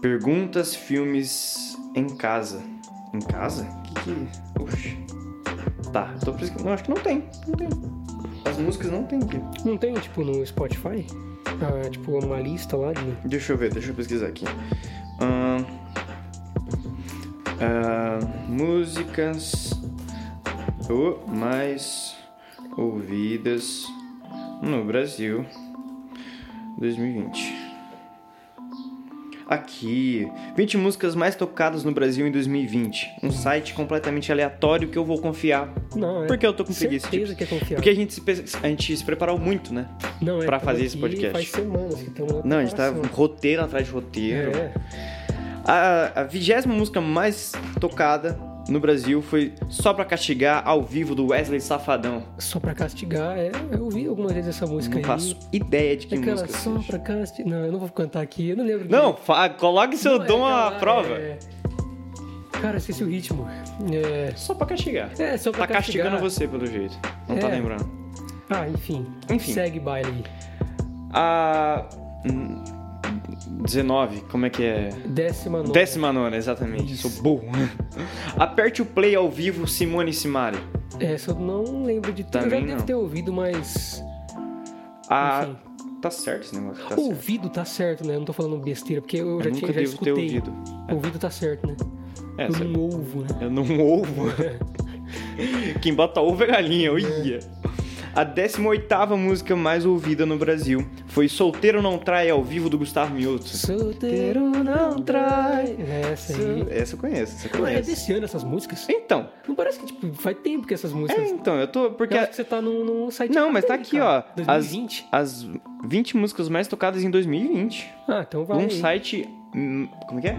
Perguntas, filmes em casa. Em casa? Que que. Oxi. Tá, tô pesquisando. Não, acho que não tem. Não tem. As músicas não tem aqui. Não tem, tipo, no Spotify? Ah, tipo, uma lista lá de. Deixa eu ver, deixa eu pesquisar aqui. Ahn, ah, músicas o mais ouvidas no Brasil 2020. Aqui, 20 músicas mais tocadas no Brasil em 2020. Um site completamente aleatório que eu vou confiar. Não, é. Porque eu tô com preguiça. Certeza que é confiável. tipo Porque a gente, se, pe- a gente se preparou muito, né? Não, é, pra tamo fazer esse aqui podcast. Faz semanas que estamos Não, a gente tá roteiro atrás de roteiro. É, A, a vigésima música mais tocada no Brasil foi Só Pra Castigar, ao vivo, do Wesley Safadão. só pra castigar, é, eu ouvi algumas vezes essa música Não aí. faço ideia de que É aquela música só seja. pra castigar. Não, eu não vou cantar aqui, eu não lembro. Não, fa- coloque seu Não, é dom à aquela, prova. é- Cara, esqueci o ritmo. É. Só pra castigar. É, só pra Tá castigar. castigando você, pelo jeito. Não tá É. lembrando. Ah, enfim. Enfim. Segue baile aí. A... hum, 19, como é que é? Décima nona. Décima nona, exatamente. Sou burro. [laughs] Aperte o play ao vivo, Simone e Simari. Essa eu É, não lembro de ter. Eu já Também devo não. ter ouvido, mas. A... Enfim. Tá certo esse negócio. Tá certo. ouvido tá certo, né? Eu não tô falando besteira, porque eu, Eu já nunca tinha já devo ter escutei. ouvido. Ouvido tá certo, né? É, eu certo. não ouvo, né? Eu não [laughs] ovo. Quem bota ovo é galinha, uia. A 18 música mais ouvida no Brasil foi Solteiro Não Trai ao vivo do Gustavo Mioto. Solteiro não trai. É Essa aí. Essa eu conheço, essa eu É conheço. desse ano essas músicas? Então, Não parece que tipo, faz tempo que essas é, músicas. então, eu tô. Porque Eu acho que você tá num, num site. Não, mas tá dele, aqui, cara. ó, as- 2020? as 20 músicas mais tocadas em 2020. Ah, então vai. Um aí. site. hum, Como é que é?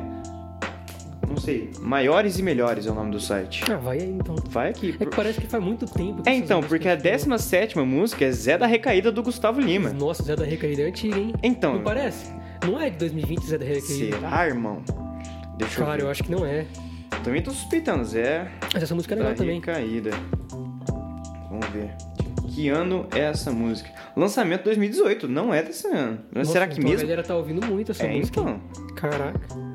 Não sei. Maiores e Melhores é o nome do site. Ah, vai aí então. Vai aqui. É que parece que faz muito tempo. que tá É, essas então, músicas porque a não tocam. 17 música é Zé da Recaída do Gustavo Lima. Nossa, Zé da Recaída é antiga, hein? Então. Não parece? Não é de 2020 Zé da Recaída. Será, irmão? Deixa Cara, eu eu ver. acho que não é. Também tô suspeitando, Zé. Mas essa música é Tá legal também. recaída. Vamos ver. Que ano é essa música? Lançamento 2018, não é desse ano. Mas Nossa, será que então A mesmo? galera tá ouvindo muito essa É, música. então. hein? Caraca.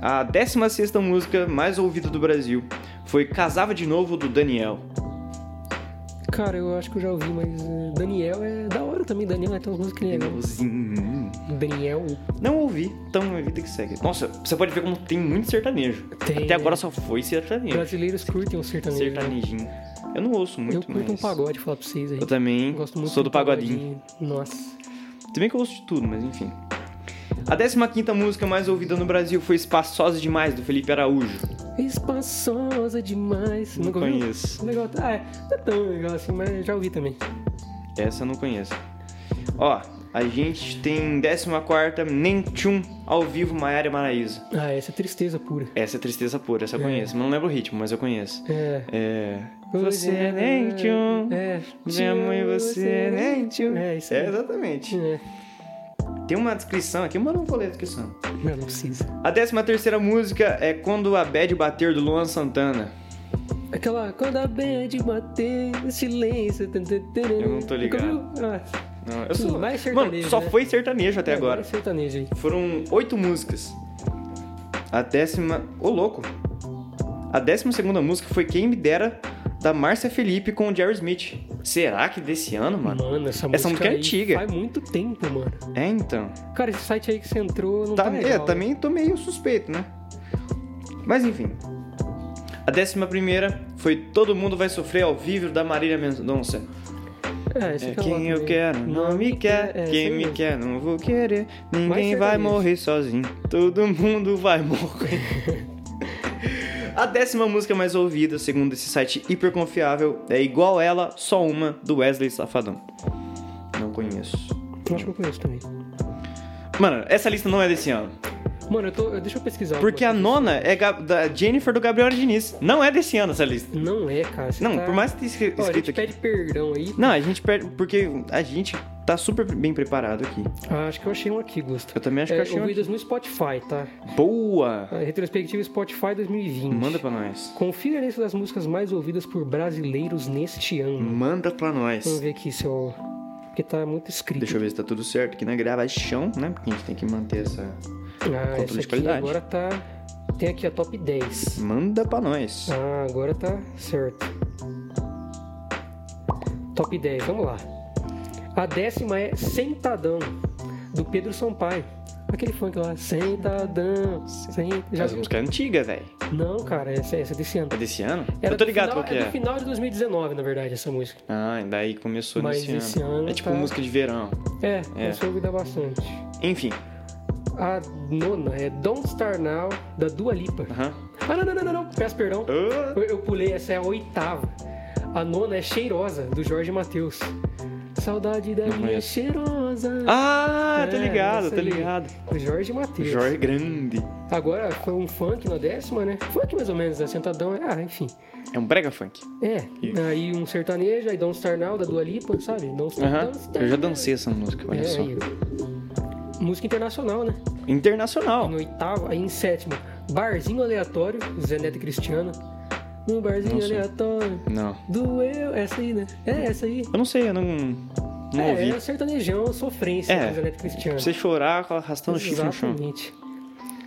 A 16 música mais ouvida do Brasil foi Casava de Novo do Daniel. Cara, eu acho que eu já ouvi, mas eh, Daniel é da hora também. Daniel é tem umas músicas legais. Danielzinho. Daniel Não ouvi, então é vida que segue. Nossa, você pode ver como tem muito sertanejo. Tem, Até agora né? só foi sertanejo. Brasileiros curtem um sertanejo. né? Sertanejinho. Eu não ouço muito, Eu curto um mas- pagode, falar pra vocês aí. Eu também Gosto muito sou do pagodinho. Nossa. Se bem que eu ouço de tudo, mas enfim. A 15 música mais ouvida no Brasil foi Espaçosa Demais, do Felipe Araújo. Espaçosa demais. Não Nunca ouviu? conheço. Legal. Ah, é. Não é tão legal assim, mas já ouvi também. Essa eu não conheço. Ó, a gente tem 14 Nem Tchum, ao vivo, Maiara e Maraísa. Ah, essa é tristeza pura. Essa é tristeza pura, essa eu É. conheço. Mas não lembro o ritmo, mas eu conheço. É. É. Você é nem Tchum. É. Minha mãe, você é nem Tchum. É, isso aí. É, exatamente. É. Tem uma descrição aqui, mas eu não vou ler a descrição. Não, não precisa. A 13 terceira música é Quando a Bad Bater, do Luan Santana. Aquela, quando a band bater, silêncio. Eu não tô ligado. Ah, Não, eu Sim, sou... mais Mano, sertanejo, só né? foi sertanejo até é, agora. é sertanejo aí. Foram oito músicas. A décima. Ô, louco! A décima segunda música foi Quem Me Dera, da Márcia Felipe com o Jerry Smith. Será que desse ano, mano? Mano, essa música, Essa música é aí antiga. Faz muito tempo, mano. É, então. Cara, esse site aí que você entrou não tá, Tá, é, legal. também tô meio suspeito, né? Mas enfim. A décima primeira foi Todo Mundo Vai Sofrer ao vivo da Marília Mendonça. É, esse É que eu gosto quem eu também. quero, não me quer. é, quem esse me mesmo. quer, não vou querer. Ninguém sertanejo. vai morrer sozinho. Todo mundo vai [laughs] morrer. A décima música mais ouvida, segundo esse site hiperconfiável, é igual ela, só uma, do Wesley Safadão. Não conheço. Eu acho que eu conheço também. Mano, essa lista não é desse ano. Mano, eu tô. eu- Deixa eu pesquisar. Porque a alguma nona é ga- da Jennifer do Gabriel Diniz. Não é desse ano essa lista. coisa. Não é, cara. você Não, tá- por mais que tenha escri- Ó, a escrito gente aqui. pede perdão aí. Não, a gente perde. Porque a gente tá super bem preparado aqui. Ah, acho que eu achei um aqui, Gusto. Eu também acho que É, eu achei. um uma- Ouvidas no Spotify, tá? Boa! A retrospectiva Spotify 2020. Manda pra nós. Confira a lista das músicas mais ouvidas por brasileiros neste ano. Manda pra Vamos nós. ver aqui se eu. Porque tá muito escrito. Deixa eu ver se tá tudo certo aqui na gravação, né? Porque a gente tem que manter essa. Ah, Controle essa de aqui qualidade. agora tá. Tem aqui a top 10. Manda pra nós. Ah, agora tá certo. Top 10, vamos lá. A décima é Sentadão, do Pedro Sampaio. Aquele funk lá, Sentadão. Sen... Já Essa viu? música é antiga, velho. Não, cara, essa, essa é desse ano. É desse ano? Era Eu tô do ligado final, qual que é do é. final de 2019, na verdade, essa música. Ah, e daí começou Mas nesse esse ano. ano É tipo tá- música de verão. É, começou a ouvir bastante. Enfim. A nona é Don't Star Now, da Dua Lipa. Aham. Ah, não, não, não, não, não. peço perdão. Ah, Eu, eu pulei, essa é a oitava. A nona é Cheirosa, do Jorge Matheus. Saudade da Não minha conheço. cheirosa. Ah, tô É, ligado, essa tô aí. ligado. Do Jorge Matheus. Ah! Jorge Grande. Agora foi um funk na décima, né? Funk mais ou menos, né? Sentadão. é- Ah, enfim. É um brega funk. É. Isso. Aí um sertanejo, aí Don't Star Now, da Dua Lipa, sabe? Don't Star Aham. Don't Star Eu já Now. dancei essa música, olha tá é, só. aí. Música internacional, né? Internacional. Em oitavo, aí em sétimo, Barzinho Aleatório, Zé Neto e Cristiano. No Barzinho Não sei. Aleatório. Não. Doeu, essa aí, né? É, essa aí. Eu não sei, eu não. Não é, ouvi. é sertanejão, sofrência, É. é. Zé Neto e Cristiano. Pra você chorar arrastando o chifre no chão. Exatamente.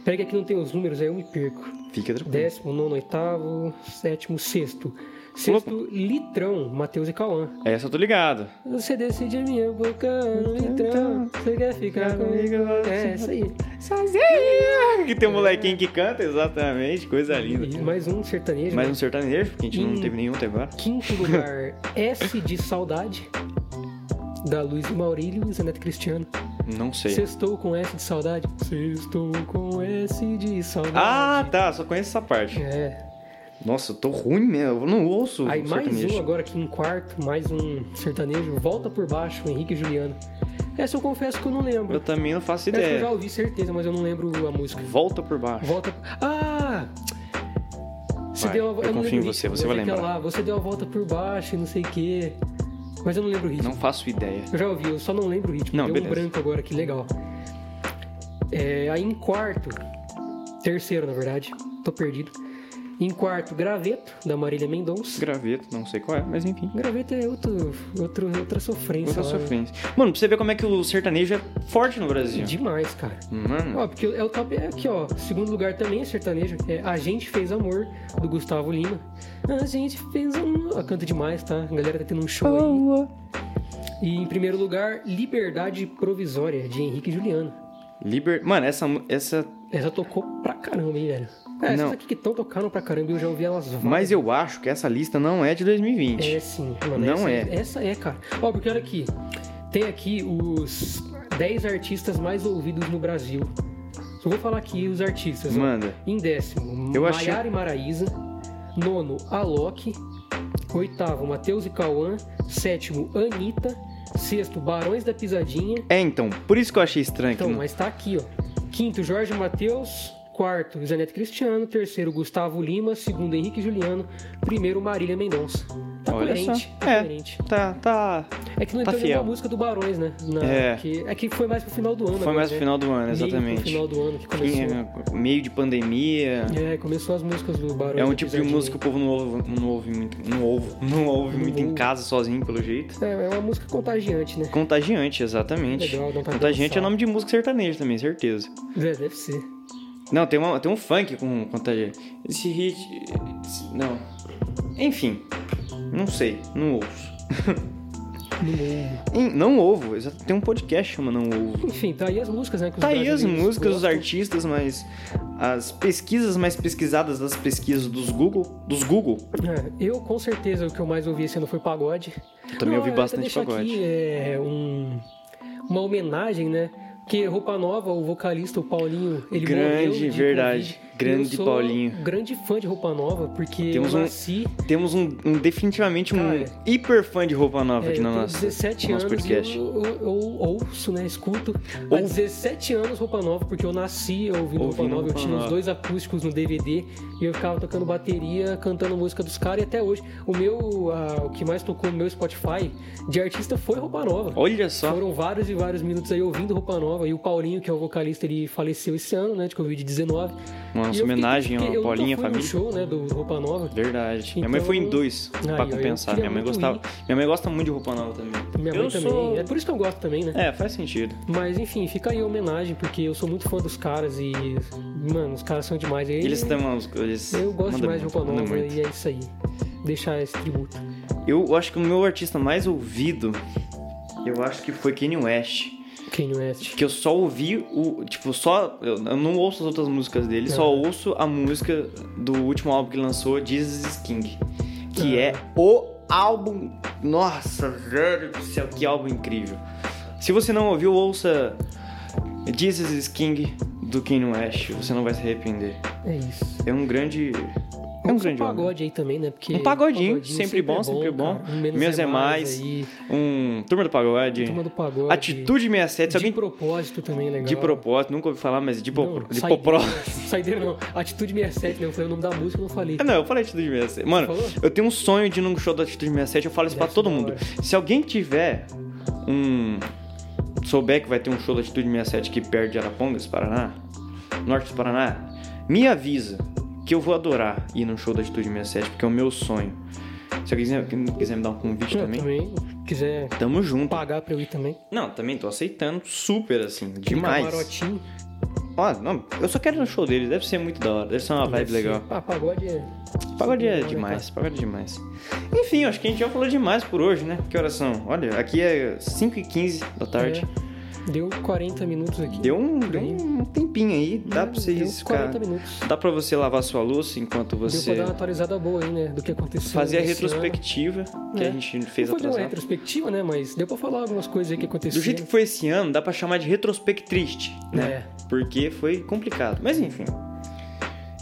Pega que aqui não tem os números, aí eu me perco. Fica tranquilo. Décimo, nono, oitavo, sétimo, sexto. Sexto, Litrão, Matheus e Cauã. Essa eu tô ligado. Você decide a minha boca, Então, Litrão. Você quer ficar comigo? É, essa aí. Sozinha! Que tem um molequinho que canta, exatamente, coisa E linda. mais um sertanejo. Mais né? um sertanejo, porque a gente não Hum. teve nenhum até agora. Quinto lugar, S de Saudade, da Luiz Maurílio e Zaneto Cristiano. Não sei. Sextou com S de Saudade. Sextou com S de Saudade. Ah, tá, só conheço essa parte. É. Nossa, eu tô ruim mesmo, eu não ouço Aí mais um sertanejo. agora aqui em quarto, mais um sertanejo. Volta por baixo, Henrique e Juliano. Essa eu confesso que eu não lembro. Eu também não faço Essa eu já ideia. ouvi certeza, mas eu não lembro a música. Volta por baixo. Volta. Ah! Você Vai, deu uma... eu não confio em lembro o você, ritmo, você mas vai é aquela lembrar. lá, você deu a volta por baixo e não sei o quê. Mas eu não lembro o ritmo. Não faço ideia. Eu já ouvi, eu só não lembro o ritmo. Não, Deu beleza. um branco agora, que legal. É, aí em quarto, terceiro na verdade, tô perdido. Em quarto, Graveto, da Marília Mendonça. Graveto, não sei qual é, mas enfim. Graveto é outro, outro, outra sofrência. Outra lá, né? sofrência. Mano, pra você ver como é que o sertanejo é forte no Brasil. Demais, cara. Mano, Ó, porque é o top é aqui, ó. Segundo lugar também é sertanejo. É A Gente Fez Amor, do Gustavo Lima. A gente fez amor. Ah, canta demais, tá? A galera tá tendo um show aí. E em primeiro lugar, Liberdade Provisória, de Henrique e Juliano. liber... Mano, essa, mu- essa Essa tocou pra caramba, hein, velho? É, Não. essas aqui que tão tocando pra caramba, eu já ouvi elas várias. Mas eu acho que essa lista não é de 2020. É sim, mano. Não essa, é. Essa é, cara. Ó, porque olha aqui. Tem aqui os 10 artistas mais ouvidos no Brasil. Só vou falar aqui os artistas. ó. Manda. Em décimo, Eu eu achei- Maiara e Maraíza. Nono, Alok. Oitavo, Matheus e Cauã. Sétimo, Anitta. Sexto, Barões da Pisadinha. É, então, por isso que eu achei estranho. que Então, não- mas tá aqui, ó. Quinto, Jorge Matheus. Quarto, Zanetti Cristiano. Terceiro, Gustavo Lima. Segundo, Henrique Juliano. Primeiro, Marília Mendonça. Tá Olha coerente. só. Tá É. coerente. Tá, tá. É que não Tá entrou fiel. nenhuma música do Barões, né? Na- É. Que, é que foi mais pro final do ano. Foi agora, mais né? pro final do ano, Meio pro exatamente. final do ano que Fim, começou. é, meio de pandemia. É, começou as músicas do Barões. É um do tipo de Pisadinha. música que o povo não ouve, não ouve muito, não ouve, não ouve muito em ouve. casa sozinho, pelo jeito. É, é uma música contagiante, né? Contagiante, exatamente. Legal, dá pra Contagiante dançar. é nome de música sertaneja também, certeza. É, deve ser. Não, tem, uma, tem um funk com contagiante. Esse hit. esse- Não. Enfim. Não sei, não ouço. Não lembro. Em- Um, Não Ovo, exato. tem um podcast que chama Não Ovo. Enfim, tá aí as músicas, né? Que os Tá aí as brasileiros músicas, os gostam. artistas, mas as pesquisas mais pesquisadas das pesquisas dos Google, dos Google. É, eu com certeza o que eu mais ouvi esse ano foi pagode. Também ouvi eu bastante deixar pagode. Aqui, é, um- uma homenagem, né? Porque Roupa Nova, o vocalista, o Paulinho, ele Grande, morreu de verdade. Covid. Grande Eu sou Paulinho. grande fã de Roupa Nova, porque Temos eu um- nasci... Temos um, um- definitivamente um Cara, hiper fã de roupa nova É, aqui eu na tenho nossa, 17 nosso anos podcast. e eu, eu- eu ouço, né? Escuto. Há Ouve. 17 anos Roupa Nova, porque eu nasci ouvindo Roupa Ouvindo Nova. Eu Roupa tinha os Nova. dois acústicos no DVD e eu ficava tocando bateria, cantando música dos caras e até hoje. O meu, ah, o que mais tocou no meu Spotify de artista foi Roupa Nova. Olha só. Foram vários e vários minutos aí ouvindo Roupa Nova. E o Paulinho, que é o vocalista, ele faleceu esse ano, né? De Covid-19. Uma E eu homenagem fiquei- ao porque eu Paulinho, nunca fui à no família. show, né? Do Roupa Nova. Verdade. Minha Então- mãe foi em dois, Ai, pra eu- eu compensar. queria Minha mãe muito gostava. Minha mãe gosta muito de roupa nova também. Minha mãe eu também. sou- É por isso que eu gosto também, né? É, faz sentido. Mas enfim, fica aí a homenagem, porque eu sou muito fã dos caras e. Mano, os caras são demais. E Eles têm umas coisas. Eu gosto manda demais de muito, Roupa manda Nova muito. e é isso aí. Deixar esse tributo. Eu acho que o meu artista mais ouvido, eu acho que foi Kanye West. Kanye West. Que eu só ouvi o. Tipo, só. Eu eu não ouço as outras músicas dele, só Aham. ouço a música do último álbum que ele lançou, Jesus is King. Que é Aham. o álbum. Nossa, velho do céu, que álbum incrível. Se você não ouviu, ouça Jesus is King do Kanye West. Você não vai se arrepender. É isso. É um grande. É um Vamos pro grande álbum. pagode aí também, né? Porque Um pagodinho, sempre bom, sempre bom. cara. Um Menos é mais. aí, Um. Turma do Pagode. Turma do pagode. Atitude 67. Se De alguém propósito também, é legal. De propósito, nunca ouvi falar, mas de, Não, popro... de saideira. popro... [laughs] Saideira não. Atitude 67, né? Eu falei o nome da música eu não falei. Ah, Não, eu falei Atitude 67. Mano, Falou? eu tenho um sonho de ir num show da Atitude 67, eu falo isso pra Deve ser todo da mundo. Se alguém tiver um... Souber que vai ter um show da Atitude 67 aqui perto de Arapongas, Paraná, norte do Paraná, me avisa que eu vou adorar ir num show da Atitude 67, porque é o meu sonho. Se alguém quiser, quiser me dar um convite Eu também, também. Quiser tamo junto. pagar pra eu ir também. Não, também tô aceitando super, assim, Aquele demais. Camarotinho. Ó, não, eu só quero ir no show dele, deve ser muito da hora, deve ser uma vibe Deve ser. legal. Ah, pagode é. Pagode é Legal, né, demais, pagode é demais. Enfim, acho que a gente já falou demais por hoje, né? Que horas são? Olha, aqui é 5h15 da tarde. É. Deu 40 minutos aqui. Hum, Deu, um, deu um tempinho aí, dá pra vocês É. Deu 40 ficar... minutos. Dá pra você lavar sua louça enquanto Deu pra você dar uma atualizada boa aí, né? Do que aconteceu. fazer a esse retrospectiva que É. a gente ano. fez Não foi uma atrasado. retrospectiva, né? Mas deu pra falar algumas coisas aí que aconteceram. Do jeito que foi esse ano, dá pra chamar de retrospect triste, né? É. Porque foi complicado. Mas enfim.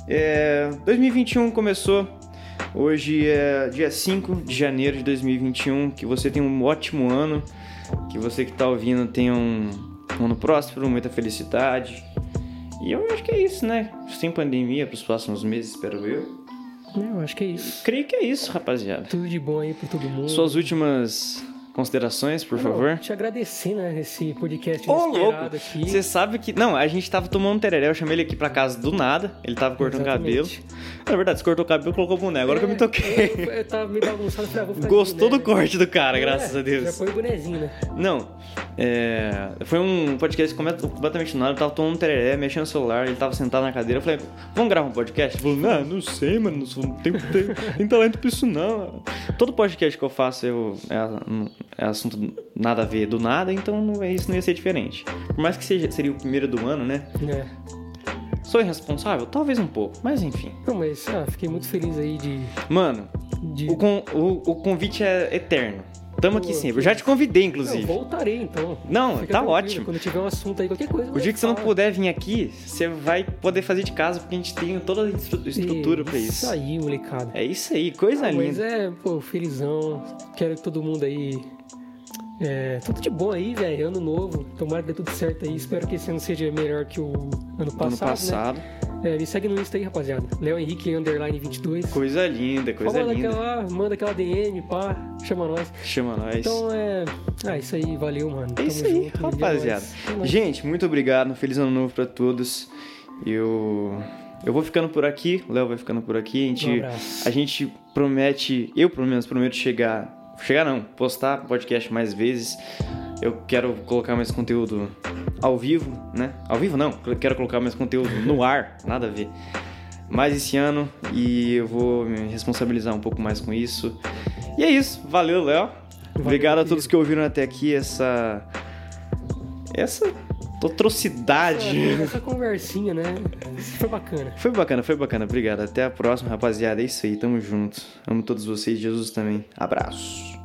É, 2021 começou. Hoje é dia 5 de janeiro de 2021. Que você tenha um ótimo ano. Que você que tá ouvindo tenha um ano próspero, muita felicidade. E eu acho que é isso, né? Sem pandemia pros próximos meses, espero eu. É, eu acho que é isso. Creio que é isso, rapaziada. Tudo de bom aí pra todo mundo. Suas últimas considerações, por Não, favor. Te agradecer, né? Esse podcast Ô, inesperado louco! aqui. Você sabe que. Não, a gente tava tomando um tereré, eu chamei ele aqui pra casa do nada. Ele tava cortando o cabelo. Exatamente. Na verdade, você cortou o cabelo e colocou o boné. Agora que eu me [laughs] toquei. É, Eu, eu tava meio bagunçado, falei, ah, vou ficar de Gostou boné, do né? corte do cara, graças É, a Já Deus. foi o bonezinho, né? Não, é, foi um podcast complet- completamente do nada. Eu tava tomando um tereré, mexendo no celular. Ele tava sentado na cadeira. Eu falei, vamos gravar um podcast? Ele falou, não, não sei, mano. Não, sou- não tenho, tenho- nem talento pra isso, não. Todo podcast que eu faço eu, é, é assunto nada a ver do nada, então não, é- isso não ia ser diferente. Por mais que seja, seria o primeiro do ano, né? É. Sou irresponsável? Talvez um pouco, mas enfim. Não, mas ah, fiquei muito feliz aí de. Mano, de... o, con- o- o convite é eterno. Tamo aqui Pô, sempre. Eu já te convidei, inclusive. Eu voltarei então. Não, Fica tá tranquilo, ótimo. Quando tiver um assunto aí, qualquer coisa. O dia que você não fala. puder vir aqui, você vai poder fazer de casa, porque a gente tem toda a estru- estrutura pra isso. Isso aí, molecada. É isso aí, coisa Ah, mas linda. é, pô, felizão. Quero que todo mundo aí. É, tudo de bom aí, velho. Ano novo. Tomara que dê tudo certo aí. Espero que esse ano seja melhor que o ano Do ano passado. passado. Né? É, me segue no Insta aí, rapaziada. Léo Henrique Underline 22. Coisa linda, coisa Fala linda. daquela, manda aquela DM, pá, chama nós. Chama nós. Então é. Ah, isso aí, valeu, mano. é Tamo isso aí, junto, e é rapaziada. nóis. É nóis. Gente, muito obrigado. Feliz ano novo pra todos. Eu. Eu vou ficando por aqui, o Léo vai ficando por aqui. A gente, Um abraço. a gente promete, eu pelo menos prometo chegar. Chegar não, postar podcast mais vezes. Eu quero colocar mais conteúdo ao vivo, né? Ao vivo não, eu quero colocar mais conteúdo no ar, nada a ver. Mas esse ano e eu vou me responsabilizar um pouco mais com isso. E é isso, valeu, Léo. Obrigado a todos que ouviram até aqui essa. Essa atrocidade. Essa conversinha, né? Isso Foi bacana. Foi bacana, foi bacana. Obrigado. Até a próxima, rapaziada. É isso aí. Tamo junto. Amo todos vocês. Jesus também. Abraço.